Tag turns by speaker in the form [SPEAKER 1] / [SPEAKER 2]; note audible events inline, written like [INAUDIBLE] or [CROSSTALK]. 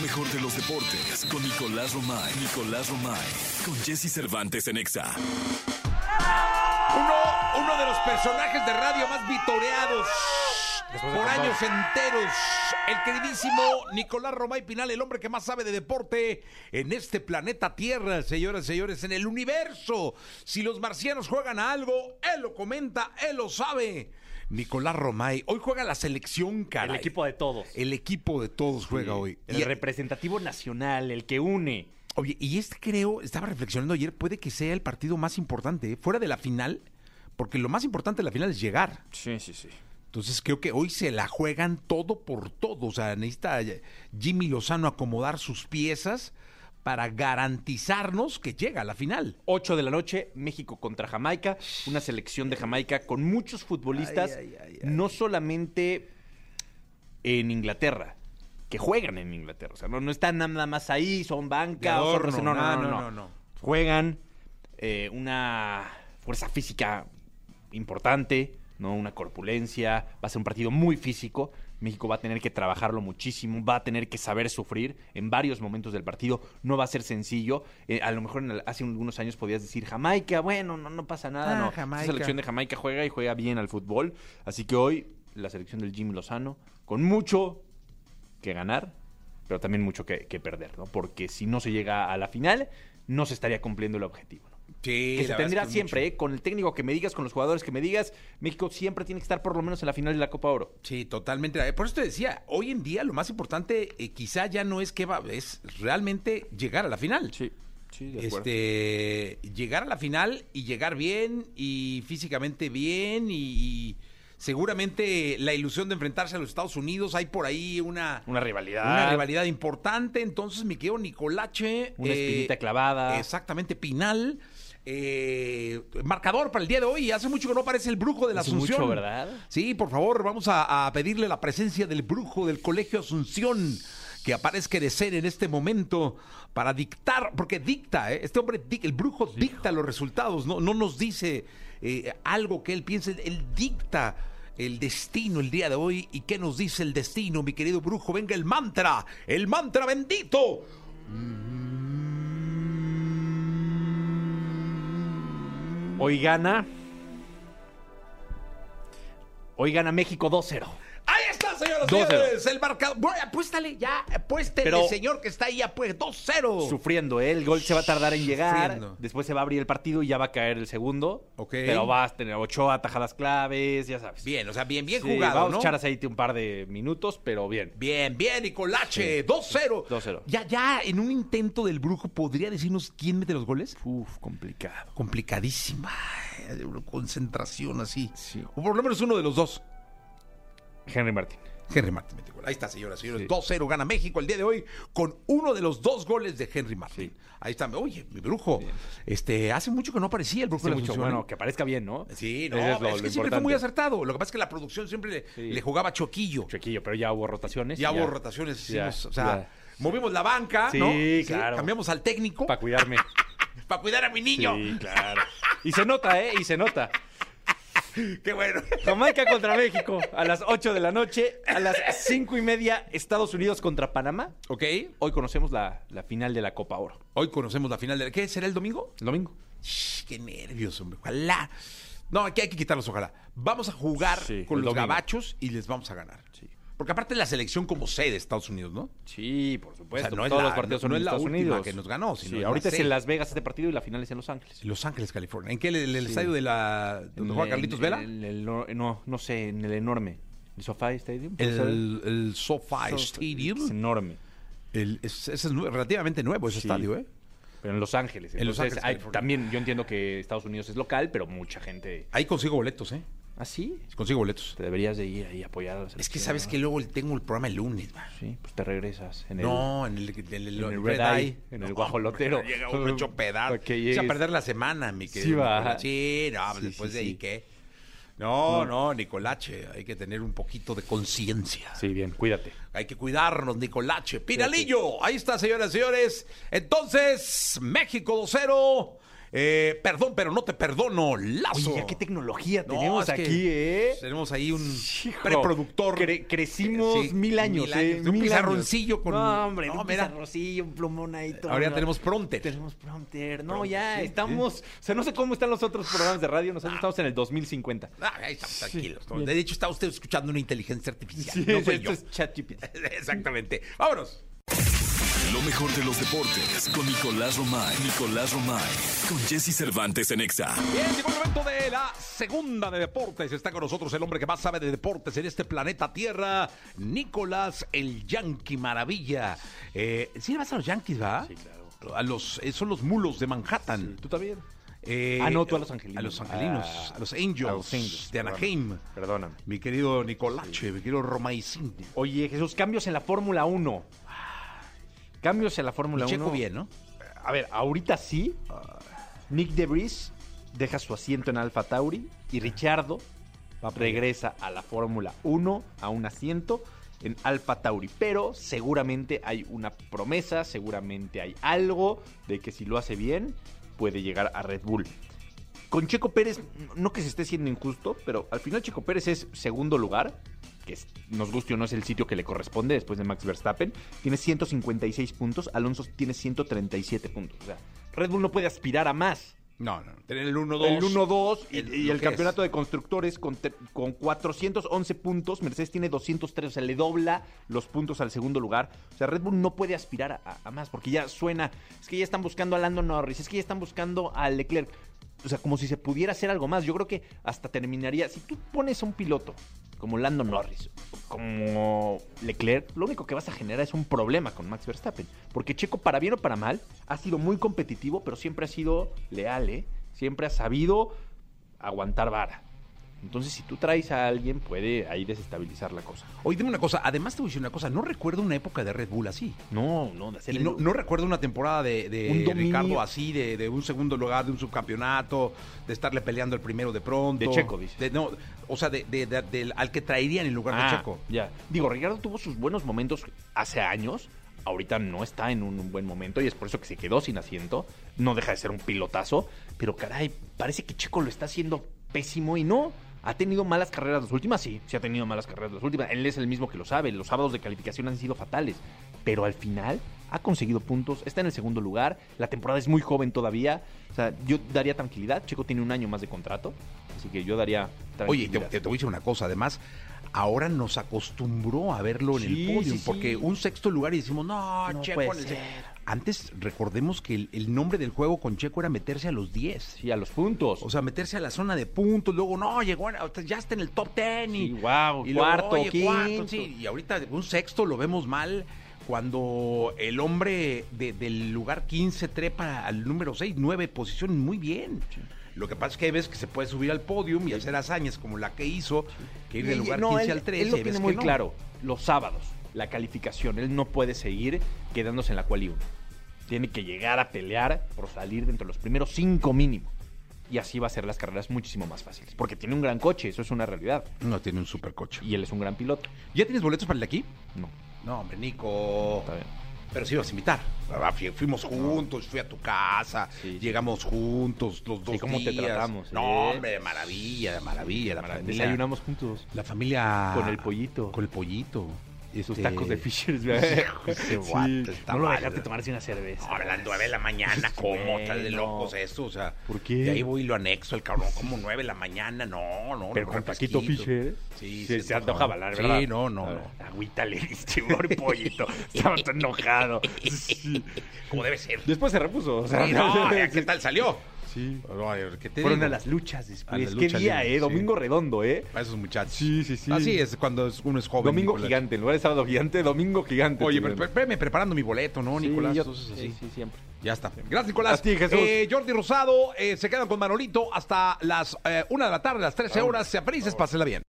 [SPEAKER 1] mejor de los deportes con Nicolás Romay. Nicolás Romay. Con Jesse Cervantes en Exa.
[SPEAKER 2] Uno, uno de los personajes de radio más vitoreados
[SPEAKER 3] Después de
[SPEAKER 2] por
[SPEAKER 3] Pablo.
[SPEAKER 2] años enteros. El queridísimo Nicolás Romay Pinal, el hombre que más sabe de deporte en este planeta Tierra, señoras y señores, en el universo. Si los marcianos juegan a algo, él lo comenta, él lo sabe. Nicolás Romay, hoy juega la selección, cara.
[SPEAKER 3] El equipo de todos.
[SPEAKER 2] El equipo de todos juega hoy.
[SPEAKER 3] El
[SPEAKER 2] Eh, Y- eh,
[SPEAKER 3] representativo nacional, el que une.
[SPEAKER 2] Oye, y este creo, estaba reflexionando ayer, puede que sea el partido más importante, ¿eh? fuera de la final, porque lo más importante de la final es llegar.
[SPEAKER 4] Sí, sí, sí.
[SPEAKER 2] Entonces creo que hoy se la juegan todo por todo. O sea, necesita eh, Jimmy Lozano acomodar sus piezas para garantizarnos que llega a la final.
[SPEAKER 3] 8 de la noche, México contra Jamaica. Una selección de Jamaica con muchos futbolistas,
[SPEAKER 2] Ay, ay, ay,
[SPEAKER 3] no solamente en Inglaterra, que juegan en Inglaterra. O sea, no, no están nada más ahí, son banca.
[SPEAKER 2] De
[SPEAKER 3] o son-
[SPEAKER 2] adorno,
[SPEAKER 3] no, no, no,
[SPEAKER 2] no,
[SPEAKER 3] no,
[SPEAKER 2] no, no.
[SPEAKER 3] Juegan eh, una fuerza física importante, ¿no? Una corpulencia. Va a ser un partido muy físico. México va a tener que trabajarlo muchísimo, va a tener que saber sufrir en varios momentos del partido. No va a ser sencillo. Eh, a lo mejor en el- hace algunos años podías decir Jamaica, bueno, no, no pasa nada.
[SPEAKER 2] Ah,
[SPEAKER 3] no,
[SPEAKER 2] Jamaica.
[SPEAKER 3] Esta selección de Jamaica juega y juega bien al fútbol. Así que hoy la selección del Jimmy Lozano, con mucho que ganar, pero también mucho que, que perder, ¿no? Porque si no se llega a la final, no se estaría cumpliendo el objetivo, ¿no?
[SPEAKER 2] Sí,
[SPEAKER 3] que se tendrá siempre, ¿eh? con el técnico que me digas, con los jugadores que me digas, México siempre tiene que estar por lo menos en la final de la Copa Oro.
[SPEAKER 2] Sí, totalmente. Eh, Por eso te decía, hoy en día lo más importante eh, quizá ya no es que va, es realmente llegar a la final.
[SPEAKER 4] Sí, sí, de acuerdo.
[SPEAKER 2] este, llegar a la final y llegar bien y físicamente bien y, y seguramente la ilusión de enfrentarse a los Estados Unidos, hay por ahí una,
[SPEAKER 3] Una rivalidad.
[SPEAKER 2] una rivalidad eh, importante, entonces mi querido Nicolache.
[SPEAKER 3] Una espinita clavada.
[SPEAKER 2] Exactamente, Pinal. eh, marcador para el día de hoy. Hace mucho que no aparece el brujo de la
[SPEAKER 3] Hace
[SPEAKER 2] Asunción.
[SPEAKER 3] mucho, ¿verdad?
[SPEAKER 2] Sí, por favor, vamos a, a pedirle la presencia del brujo del Colegio Asunción que aparezca de ser en este momento para dictar, porque dicta, ¿eh? este hombre, dic- el brujo dicta los resultados, no, no nos dice eh, algo que él piense, él dicta el destino el día de hoy y qué nos dice el destino, mi querido brujo, venga el mantra, el mantra bendito.
[SPEAKER 3] Hoy gana. Hoy gana México 2-0.
[SPEAKER 2] Ahí está, señoras y
[SPEAKER 3] 2-0.
[SPEAKER 2] señores, el marcador. Bueno, apuéstale ya, apuéstele,
[SPEAKER 3] Pero-
[SPEAKER 2] señor, que está ahí, pues 2-0.
[SPEAKER 3] Sufriendo, ¿eh? El gol se va a tardar en llegar.
[SPEAKER 2] Sufriendo.
[SPEAKER 3] Después se va a abrir el partido y ya va a caer el segundo.
[SPEAKER 2] Ok.
[SPEAKER 3] Pero vas a tener ocho atajadas claves, ya sabes.
[SPEAKER 2] Bien, o sea, bien, bien
[SPEAKER 3] Sí,
[SPEAKER 2] jugado,
[SPEAKER 3] Vamos
[SPEAKER 2] ¿no?
[SPEAKER 3] a echar aceite un par de minutos, pero bien.
[SPEAKER 2] Bien, bien, Nicolache,
[SPEAKER 3] Sí.
[SPEAKER 2] 2-0.
[SPEAKER 3] 2-0.
[SPEAKER 2] Ya, ya, en un intento del brujo, ¿podría decirnos quién mete los goles?
[SPEAKER 3] Uf, complicado.
[SPEAKER 2] Complicadísima, eh, una concentración así.
[SPEAKER 3] Sí.
[SPEAKER 2] O por lo menos uno de los dos.
[SPEAKER 3] Henry Martín.
[SPEAKER 2] Henry Martín metió gol. Ahí está, señoras y señores.
[SPEAKER 3] Sí.
[SPEAKER 2] 2-0 gana México el día de hoy con uno de los dos goles de Henry Martín.
[SPEAKER 3] Sí.
[SPEAKER 2] Ahí está. Oye, mi brujo. Este, hace mucho que no aparecía el brujo de
[SPEAKER 3] Hace
[SPEAKER 2] la
[SPEAKER 3] mucho,
[SPEAKER 2] Asunción, ¿eh?
[SPEAKER 3] bueno, que parezca bien, ¿no?
[SPEAKER 2] Sí, no,
[SPEAKER 3] Eso
[SPEAKER 2] es,
[SPEAKER 3] lo-
[SPEAKER 2] que
[SPEAKER 3] lo
[SPEAKER 2] siempre fue muy
[SPEAKER 3] importante.
[SPEAKER 2] acertado. Lo que pasa es que la producción siempre le,
[SPEAKER 3] Sí.
[SPEAKER 2] le jugaba choquillo.
[SPEAKER 3] Chuequillo, pero ya hubo rotaciones. y
[SPEAKER 2] Ya hubo rotaciones,
[SPEAKER 3] ya,
[SPEAKER 2] hicimos, o sea,
[SPEAKER 3] ya.
[SPEAKER 2] movimos la banca,
[SPEAKER 3] Sí,
[SPEAKER 2] ¿no?
[SPEAKER 3] claro.
[SPEAKER 2] Cambiamos al técnico
[SPEAKER 3] Para
[SPEAKER 2] para [LAUGHS]
[SPEAKER 3] cuidarme.
[SPEAKER 2] cuidar a mi niño.
[SPEAKER 3] Sí, claro. Y se nota, ¿eh? Y se nota.
[SPEAKER 2] [LAUGHS] Qué bueno.
[SPEAKER 3] Jamaica contra México a las 8 de la noche. A las 5 y media, Estados Unidos contra Panamá.
[SPEAKER 2] Ok,
[SPEAKER 3] Hoy conocemos la, la final de la Copa Oro.
[SPEAKER 2] hoy conocemos la final de... ¿Qué? ¿Será el domingo?
[SPEAKER 3] El domingo.
[SPEAKER 2] Shh, qué nervios, hombre. Ojalá. No, aquí hay que quitarlos, ojalá. Vamos a jugar
[SPEAKER 3] Sí,
[SPEAKER 2] con
[SPEAKER 3] el
[SPEAKER 2] los
[SPEAKER 3] domingo.
[SPEAKER 2] gabachos y les vamos a ganar.
[SPEAKER 3] Sí.
[SPEAKER 2] Porque aparte la selección como sede de Estados Unidos, ¿no?
[SPEAKER 3] Sí, por supuesto.
[SPEAKER 2] O sea, no es
[SPEAKER 3] Todos
[SPEAKER 2] la-
[SPEAKER 3] los partidos
[SPEAKER 2] no-
[SPEAKER 3] son
[SPEAKER 2] no
[SPEAKER 3] en
[SPEAKER 2] es la
[SPEAKER 3] Estados
[SPEAKER 2] última
[SPEAKER 3] Unidos.
[SPEAKER 2] que nos ganó, sino
[SPEAKER 3] Sí,
[SPEAKER 2] es la
[SPEAKER 3] ahorita es
[SPEAKER 2] seis.
[SPEAKER 3] en Las Vegas este partido y la final es en Los Ángeles.
[SPEAKER 2] Los Ángeles, California. ¿En qué? ¿El, el estadio de la... donde juega
[SPEAKER 3] En-
[SPEAKER 2] Carlitos
[SPEAKER 3] en-
[SPEAKER 2] Vela? El,
[SPEAKER 3] en el no- no, no sé, en el enorme. ¿El SoFi Stadium? ¿Puede ser?
[SPEAKER 2] el, SoFi
[SPEAKER 3] Es
[SPEAKER 2] Stadium.
[SPEAKER 3] enorme.
[SPEAKER 2] El- es, ese es nue- relativamente nuevo ese
[SPEAKER 3] Sí.
[SPEAKER 2] estadio, ¿eh?
[SPEAKER 3] Pero en Los Ángeles.
[SPEAKER 2] En Los
[SPEAKER 3] Entonces,
[SPEAKER 2] Ángeles,
[SPEAKER 3] hay-
[SPEAKER 2] California.
[SPEAKER 3] también yo entiendo que Estados Unidos es local, pero mucha gente.
[SPEAKER 2] Ahí consigo boletos, ¿eh?
[SPEAKER 3] ¿Ah, sí?
[SPEAKER 2] Consigo boletos.
[SPEAKER 3] Te deberías de ir ahí a apoyar a la
[SPEAKER 2] Es que
[SPEAKER 3] selección,
[SPEAKER 2] sabes
[SPEAKER 3] ¿no?
[SPEAKER 2] que luego tengo el programa el lunes, man.
[SPEAKER 3] Sí, pues te regresas. En
[SPEAKER 2] No, en el, en el-
[SPEAKER 3] el, en el
[SPEAKER 2] el
[SPEAKER 3] Red Eye, en el
[SPEAKER 2] No,
[SPEAKER 3] guajolotero.
[SPEAKER 2] hombre, [LAUGHS] Llega un hecho pedal.
[SPEAKER 3] Para que
[SPEAKER 2] O sea,
[SPEAKER 3] llegues.
[SPEAKER 2] perder la semana, mi querido.
[SPEAKER 3] Sí, va.
[SPEAKER 2] Nicolás. Sí, no,
[SPEAKER 3] Sí,
[SPEAKER 2] después
[SPEAKER 3] sí,
[SPEAKER 2] de ahí,
[SPEAKER 3] sí.
[SPEAKER 2] ¿qué? No, no, Nicolache, hay que tener un poquito de conciencia.
[SPEAKER 3] Sí, bien, cuídate.
[SPEAKER 2] Hay que cuidarnos, Nicolache. Pinalillo, ahí está, señoras y señores. Entonces, México 2-0. Eh, perdón, pero no te perdono, Lazo.
[SPEAKER 3] Oye, ya qué tecnología
[SPEAKER 2] No,
[SPEAKER 3] tenemos
[SPEAKER 2] es que
[SPEAKER 3] aquí, ¿eh?
[SPEAKER 2] Tenemos ahí un
[SPEAKER 3] Hijo,
[SPEAKER 2] preproductor.
[SPEAKER 3] cre- crecimos
[SPEAKER 2] Eh, sí,
[SPEAKER 3] mil años. ¿eh?
[SPEAKER 2] Un
[SPEAKER 3] Mil
[SPEAKER 2] pizarroncillo
[SPEAKER 3] años.
[SPEAKER 2] con.
[SPEAKER 3] No, hombre,
[SPEAKER 2] no,
[SPEAKER 3] un
[SPEAKER 2] mira,
[SPEAKER 3] pizarroncillo, un plumón ahí. todo.
[SPEAKER 2] Ahora ya tenemos prompter.
[SPEAKER 3] Tenemos prompter. No,
[SPEAKER 2] Prompter,
[SPEAKER 3] ya
[SPEAKER 2] sí,
[SPEAKER 3] estamos. O sea, no sé cómo están los otros programas de radio. Nosotros estamos en el 2050.
[SPEAKER 2] Ah, ahí estamos tranquilos.
[SPEAKER 3] bien.
[SPEAKER 2] De hecho, está usted escuchando una inteligencia artificial.
[SPEAKER 3] Sí,
[SPEAKER 2] no soy
[SPEAKER 3] esto
[SPEAKER 2] yo.
[SPEAKER 3] es ChatGPT.
[SPEAKER 2] [LAUGHS] Exactamente. Vámonos.
[SPEAKER 1] Lo mejor de los deportes con Nicolás Romay. Nicolás Romay. Con Jesse Cervantes en Exa.
[SPEAKER 2] Bien, llegó el momento de la segunda de deportes. Está con nosotros el hombre que más sabe de deportes en este planeta Tierra, Nicolás el Yankee Maravilla. Eh, sí, le vas a los Yankees, ¿va?
[SPEAKER 3] Sí, claro.
[SPEAKER 2] A los, eh, son los mulos de Manhattan.
[SPEAKER 3] ¿Tú también?
[SPEAKER 2] Eh,
[SPEAKER 3] Ah, no, tú a los angelinos.
[SPEAKER 2] A los angelinos,
[SPEAKER 3] Ah,
[SPEAKER 2] a los angels,
[SPEAKER 3] a los Angels,
[SPEAKER 2] de Anaheim.
[SPEAKER 3] perdóname, perdóname.
[SPEAKER 2] Mi querido Nicolache, mi querido Romaicín.
[SPEAKER 3] Oye, Jesús, cambios en la Fórmula 1. Cambios en la Fórmula 1.
[SPEAKER 2] Checo bien, ¿no?
[SPEAKER 3] A ver, ahorita sí. Nick DeVries deja su asiento en Alfa Tauri y Richardo regresa a la Fórmula 1 a un asiento en Alfa Tauri. Pero seguramente hay una promesa, seguramente hay algo de que si lo hace bien puede llegar a Red Bull. Con Checo Pérez, no que se esté siendo injusto, pero al final Checo Pérez es segundo lugar, que es- nos guste o no es el sitio que le corresponde después de Max Verstappen. Tiene 156 puntos, Alonso tiene 137 puntos. O sea, Red Bull no puede aspirar a más.
[SPEAKER 2] No, no. Tener el 1-2.
[SPEAKER 3] El 1-2 y-
[SPEAKER 2] el-
[SPEAKER 3] y,
[SPEAKER 2] lo
[SPEAKER 3] el
[SPEAKER 2] que es.
[SPEAKER 3] campeonato de constructores con, te- con 411 puntos. Mercedes tiene 203, o sea, le dobla los puntos al segundo lugar. O sea, Red Bull no puede aspirar a, a- a más porque ya suena. Es que ya están buscando a Lando Norris, es que ya están buscando a Leclerc. O sea, como si se pudiera hacer algo más. Yo creo que hasta terminaría. Si tú pones a un piloto como Lando Norris, como Leclerc, lo único que vas a generar es un problema con Max Verstappen. Porque Checo, para bien o para mal, ha sido muy competitivo, pero siempre ha sido leal, ¿eh? Siempre ha sabido aguantar vara. Entonces, si tú traes a alguien, puede ahí desestabilizar la cosa.
[SPEAKER 2] Oye, dime una cosa. Además, te voy a decir una cosa. No recuerdo una época de Red Bull así.
[SPEAKER 3] No, no, de
[SPEAKER 2] Y no, no recuerdo una temporada de, de
[SPEAKER 3] Un dominio.
[SPEAKER 2] Ricardo así, de, de un segundo lugar, de un subcampeonato, de estarle peleando el primero de pronto.
[SPEAKER 3] De Checo, dices.
[SPEAKER 2] De- no, o sea, de, de- de- del- al que traerían en lugar
[SPEAKER 3] Ah.
[SPEAKER 2] de Checo.
[SPEAKER 3] Ya. Digo, Ricardo tuvo sus buenos momentos hace años. Ahorita no está en un buen momento y es por eso que se quedó sin asiento. No deja de ser un pilotazo. Pero caray, parece que Checo lo está haciendo pésimo y no. Ha tenido malas carreras las últimas, sí, sí ha tenido malas carreras las últimas. Él es el mismo que lo sabe. Los sábados de calificación han sido fatales. Pero al final ha conseguido puntos, está en el segundo lugar. La temporada es muy joven todavía. O sea, yo daría tranquilidad. Checo tiene un año más de contrato. Así que yo daría
[SPEAKER 2] Oye, y
[SPEAKER 3] tranquilidad.
[SPEAKER 2] te, te- te voy a decir una cosa. Además, ahora nos acostumbró a verlo en
[SPEAKER 3] Sí,
[SPEAKER 2] el podium,
[SPEAKER 3] sí, sí.
[SPEAKER 2] porque un sexto lugar y decimos, no,
[SPEAKER 3] No
[SPEAKER 2] Checo.
[SPEAKER 3] puede
[SPEAKER 2] en el se-".
[SPEAKER 3] ser.
[SPEAKER 2] Antes recordemos que el, el nombre del juego con Checo era meterse a los 10.
[SPEAKER 3] Sí, a los puntos.
[SPEAKER 2] O sea, meterse a la zona de puntos, luego no, llegó, a- ya está en el top ten y,
[SPEAKER 3] Sí, guau,
[SPEAKER 2] luego,
[SPEAKER 3] cuarto, quinto.
[SPEAKER 2] sí, y ahorita un sexto lo vemos mal cuando el hombre de- del lugar 15 trepa al número 6, 9 posición muy bien. Lo que pasa es que ves que se puede subir al podium y hacer hazañas como la que hizo, que ir del
[SPEAKER 3] Y-
[SPEAKER 2] lugar
[SPEAKER 3] no,
[SPEAKER 2] 15
[SPEAKER 3] él-
[SPEAKER 2] al 13.
[SPEAKER 3] Él lo
[SPEAKER 2] y
[SPEAKER 3] tiene
[SPEAKER 2] ves
[SPEAKER 3] muy
[SPEAKER 2] que no.
[SPEAKER 3] claro. Los sábados, la calificación. Él no puede seguir quedándose en la quali 1. Tiene que llegar a pelear por salir dentro de los primeros cinco mínimo. Y así va a ser las carreras muchísimo más fáciles. Porque tiene un gran coche, eso es una realidad.
[SPEAKER 2] No tiene un supercoche.
[SPEAKER 3] Y él es un gran piloto.
[SPEAKER 2] ¿Ya tienes boletos para el de aquí?
[SPEAKER 3] No,
[SPEAKER 2] No, hombre, Nico.
[SPEAKER 3] está bien.
[SPEAKER 2] Pero sí ibas a invitar. ¿verdad? Fui- Fuimos juntos, fui a tu casa,
[SPEAKER 3] Sí, sí.
[SPEAKER 2] llegamos juntos los dos
[SPEAKER 3] cómo te
[SPEAKER 2] días.
[SPEAKER 3] tratamos,
[SPEAKER 2] No,
[SPEAKER 3] ¿eh?
[SPEAKER 2] hombre, maravilla, maravilla. La familia,
[SPEAKER 3] Desayunamos juntos.
[SPEAKER 2] la familia...
[SPEAKER 3] Con el pollito.
[SPEAKER 2] Con el pollito.
[SPEAKER 3] Sus
[SPEAKER 2] Este-
[SPEAKER 3] tacos de Fishers,
[SPEAKER 2] Hijo, ese guato
[SPEAKER 3] [LAUGHS]
[SPEAKER 2] está
[SPEAKER 3] No lo
[SPEAKER 2] mal.
[SPEAKER 3] dejaste tomarse una cerveza.
[SPEAKER 2] No, a las nueve de la mañana, ¿cómo? Está de
[SPEAKER 3] Bueno.
[SPEAKER 2] locos eso, o sea.
[SPEAKER 3] ¿Por qué?
[SPEAKER 2] Y ahí voy y lo anexo, el cabrón, como nueve de la mañana, no, no.
[SPEAKER 3] Pero
[SPEAKER 2] no,
[SPEAKER 3] con Paquito
[SPEAKER 2] refresquito.
[SPEAKER 3] Fisher
[SPEAKER 2] Sí,
[SPEAKER 3] se,
[SPEAKER 2] sí,
[SPEAKER 3] se antojaba, la verdad.
[SPEAKER 2] Sí, no, no,
[SPEAKER 3] A ver,
[SPEAKER 2] no.
[SPEAKER 3] Agüita le diste, pobre [LAUGHS] pollito. Estaba tan enojado. Sí.
[SPEAKER 2] Como debe ser.
[SPEAKER 3] Después se repuso. O sea,
[SPEAKER 2] Sí, no,
[SPEAKER 3] [LAUGHS]
[SPEAKER 2] ¿qué tal salió?
[SPEAKER 3] Sí.
[SPEAKER 2] Pero, a ver, ¿qué te
[SPEAKER 3] Fueron
[SPEAKER 2] digo?
[SPEAKER 3] a las luchas después.
[SPEAKER 2] A las
[SPEAKER 3] Qué
[SPEAKER 2] luchas
[SPEAKER 3] día,
[SPEAKER 2] libres,
[SPEAKER 3] ¿eh? Domingo redondo, ¿eh?
[SPEAKER 2] Para esos muchachos.
[SPEAKER 3] Sí, sí, sí.
[SPEAKER 2] Así es cuando es- uno es joven.
[SPEAKER 3] Domingo
[SPEAKER 2] Nicolás.
[SPEAKER 3] gigante, en lugar de sábado gigante, domingo gigante.
[SPEAKER 2] Oye, pero
[SPEAKER 3] tuvieron.
[SPEAKER 2] espérame preparando mi boleto, ¿no,
[SPEAKER 3] Sí,
[SPEAKER 2] Nicolás?
[SPEAKER 3] yo-
[SPEAKER 2] Entonces, así.
[SPEAKER 3] sí, sí, siempre.
[SPEAKER 2] Ya está. Gracias, Nicolás.
[SPEAKER 3] A ti, Jesús.
[SPEAKER 2] Eh, Jordi Rosado eh, se quedan con Manolito hasta las eh, una de la tarde, las 13 horas. Sea felices, pásenla bien.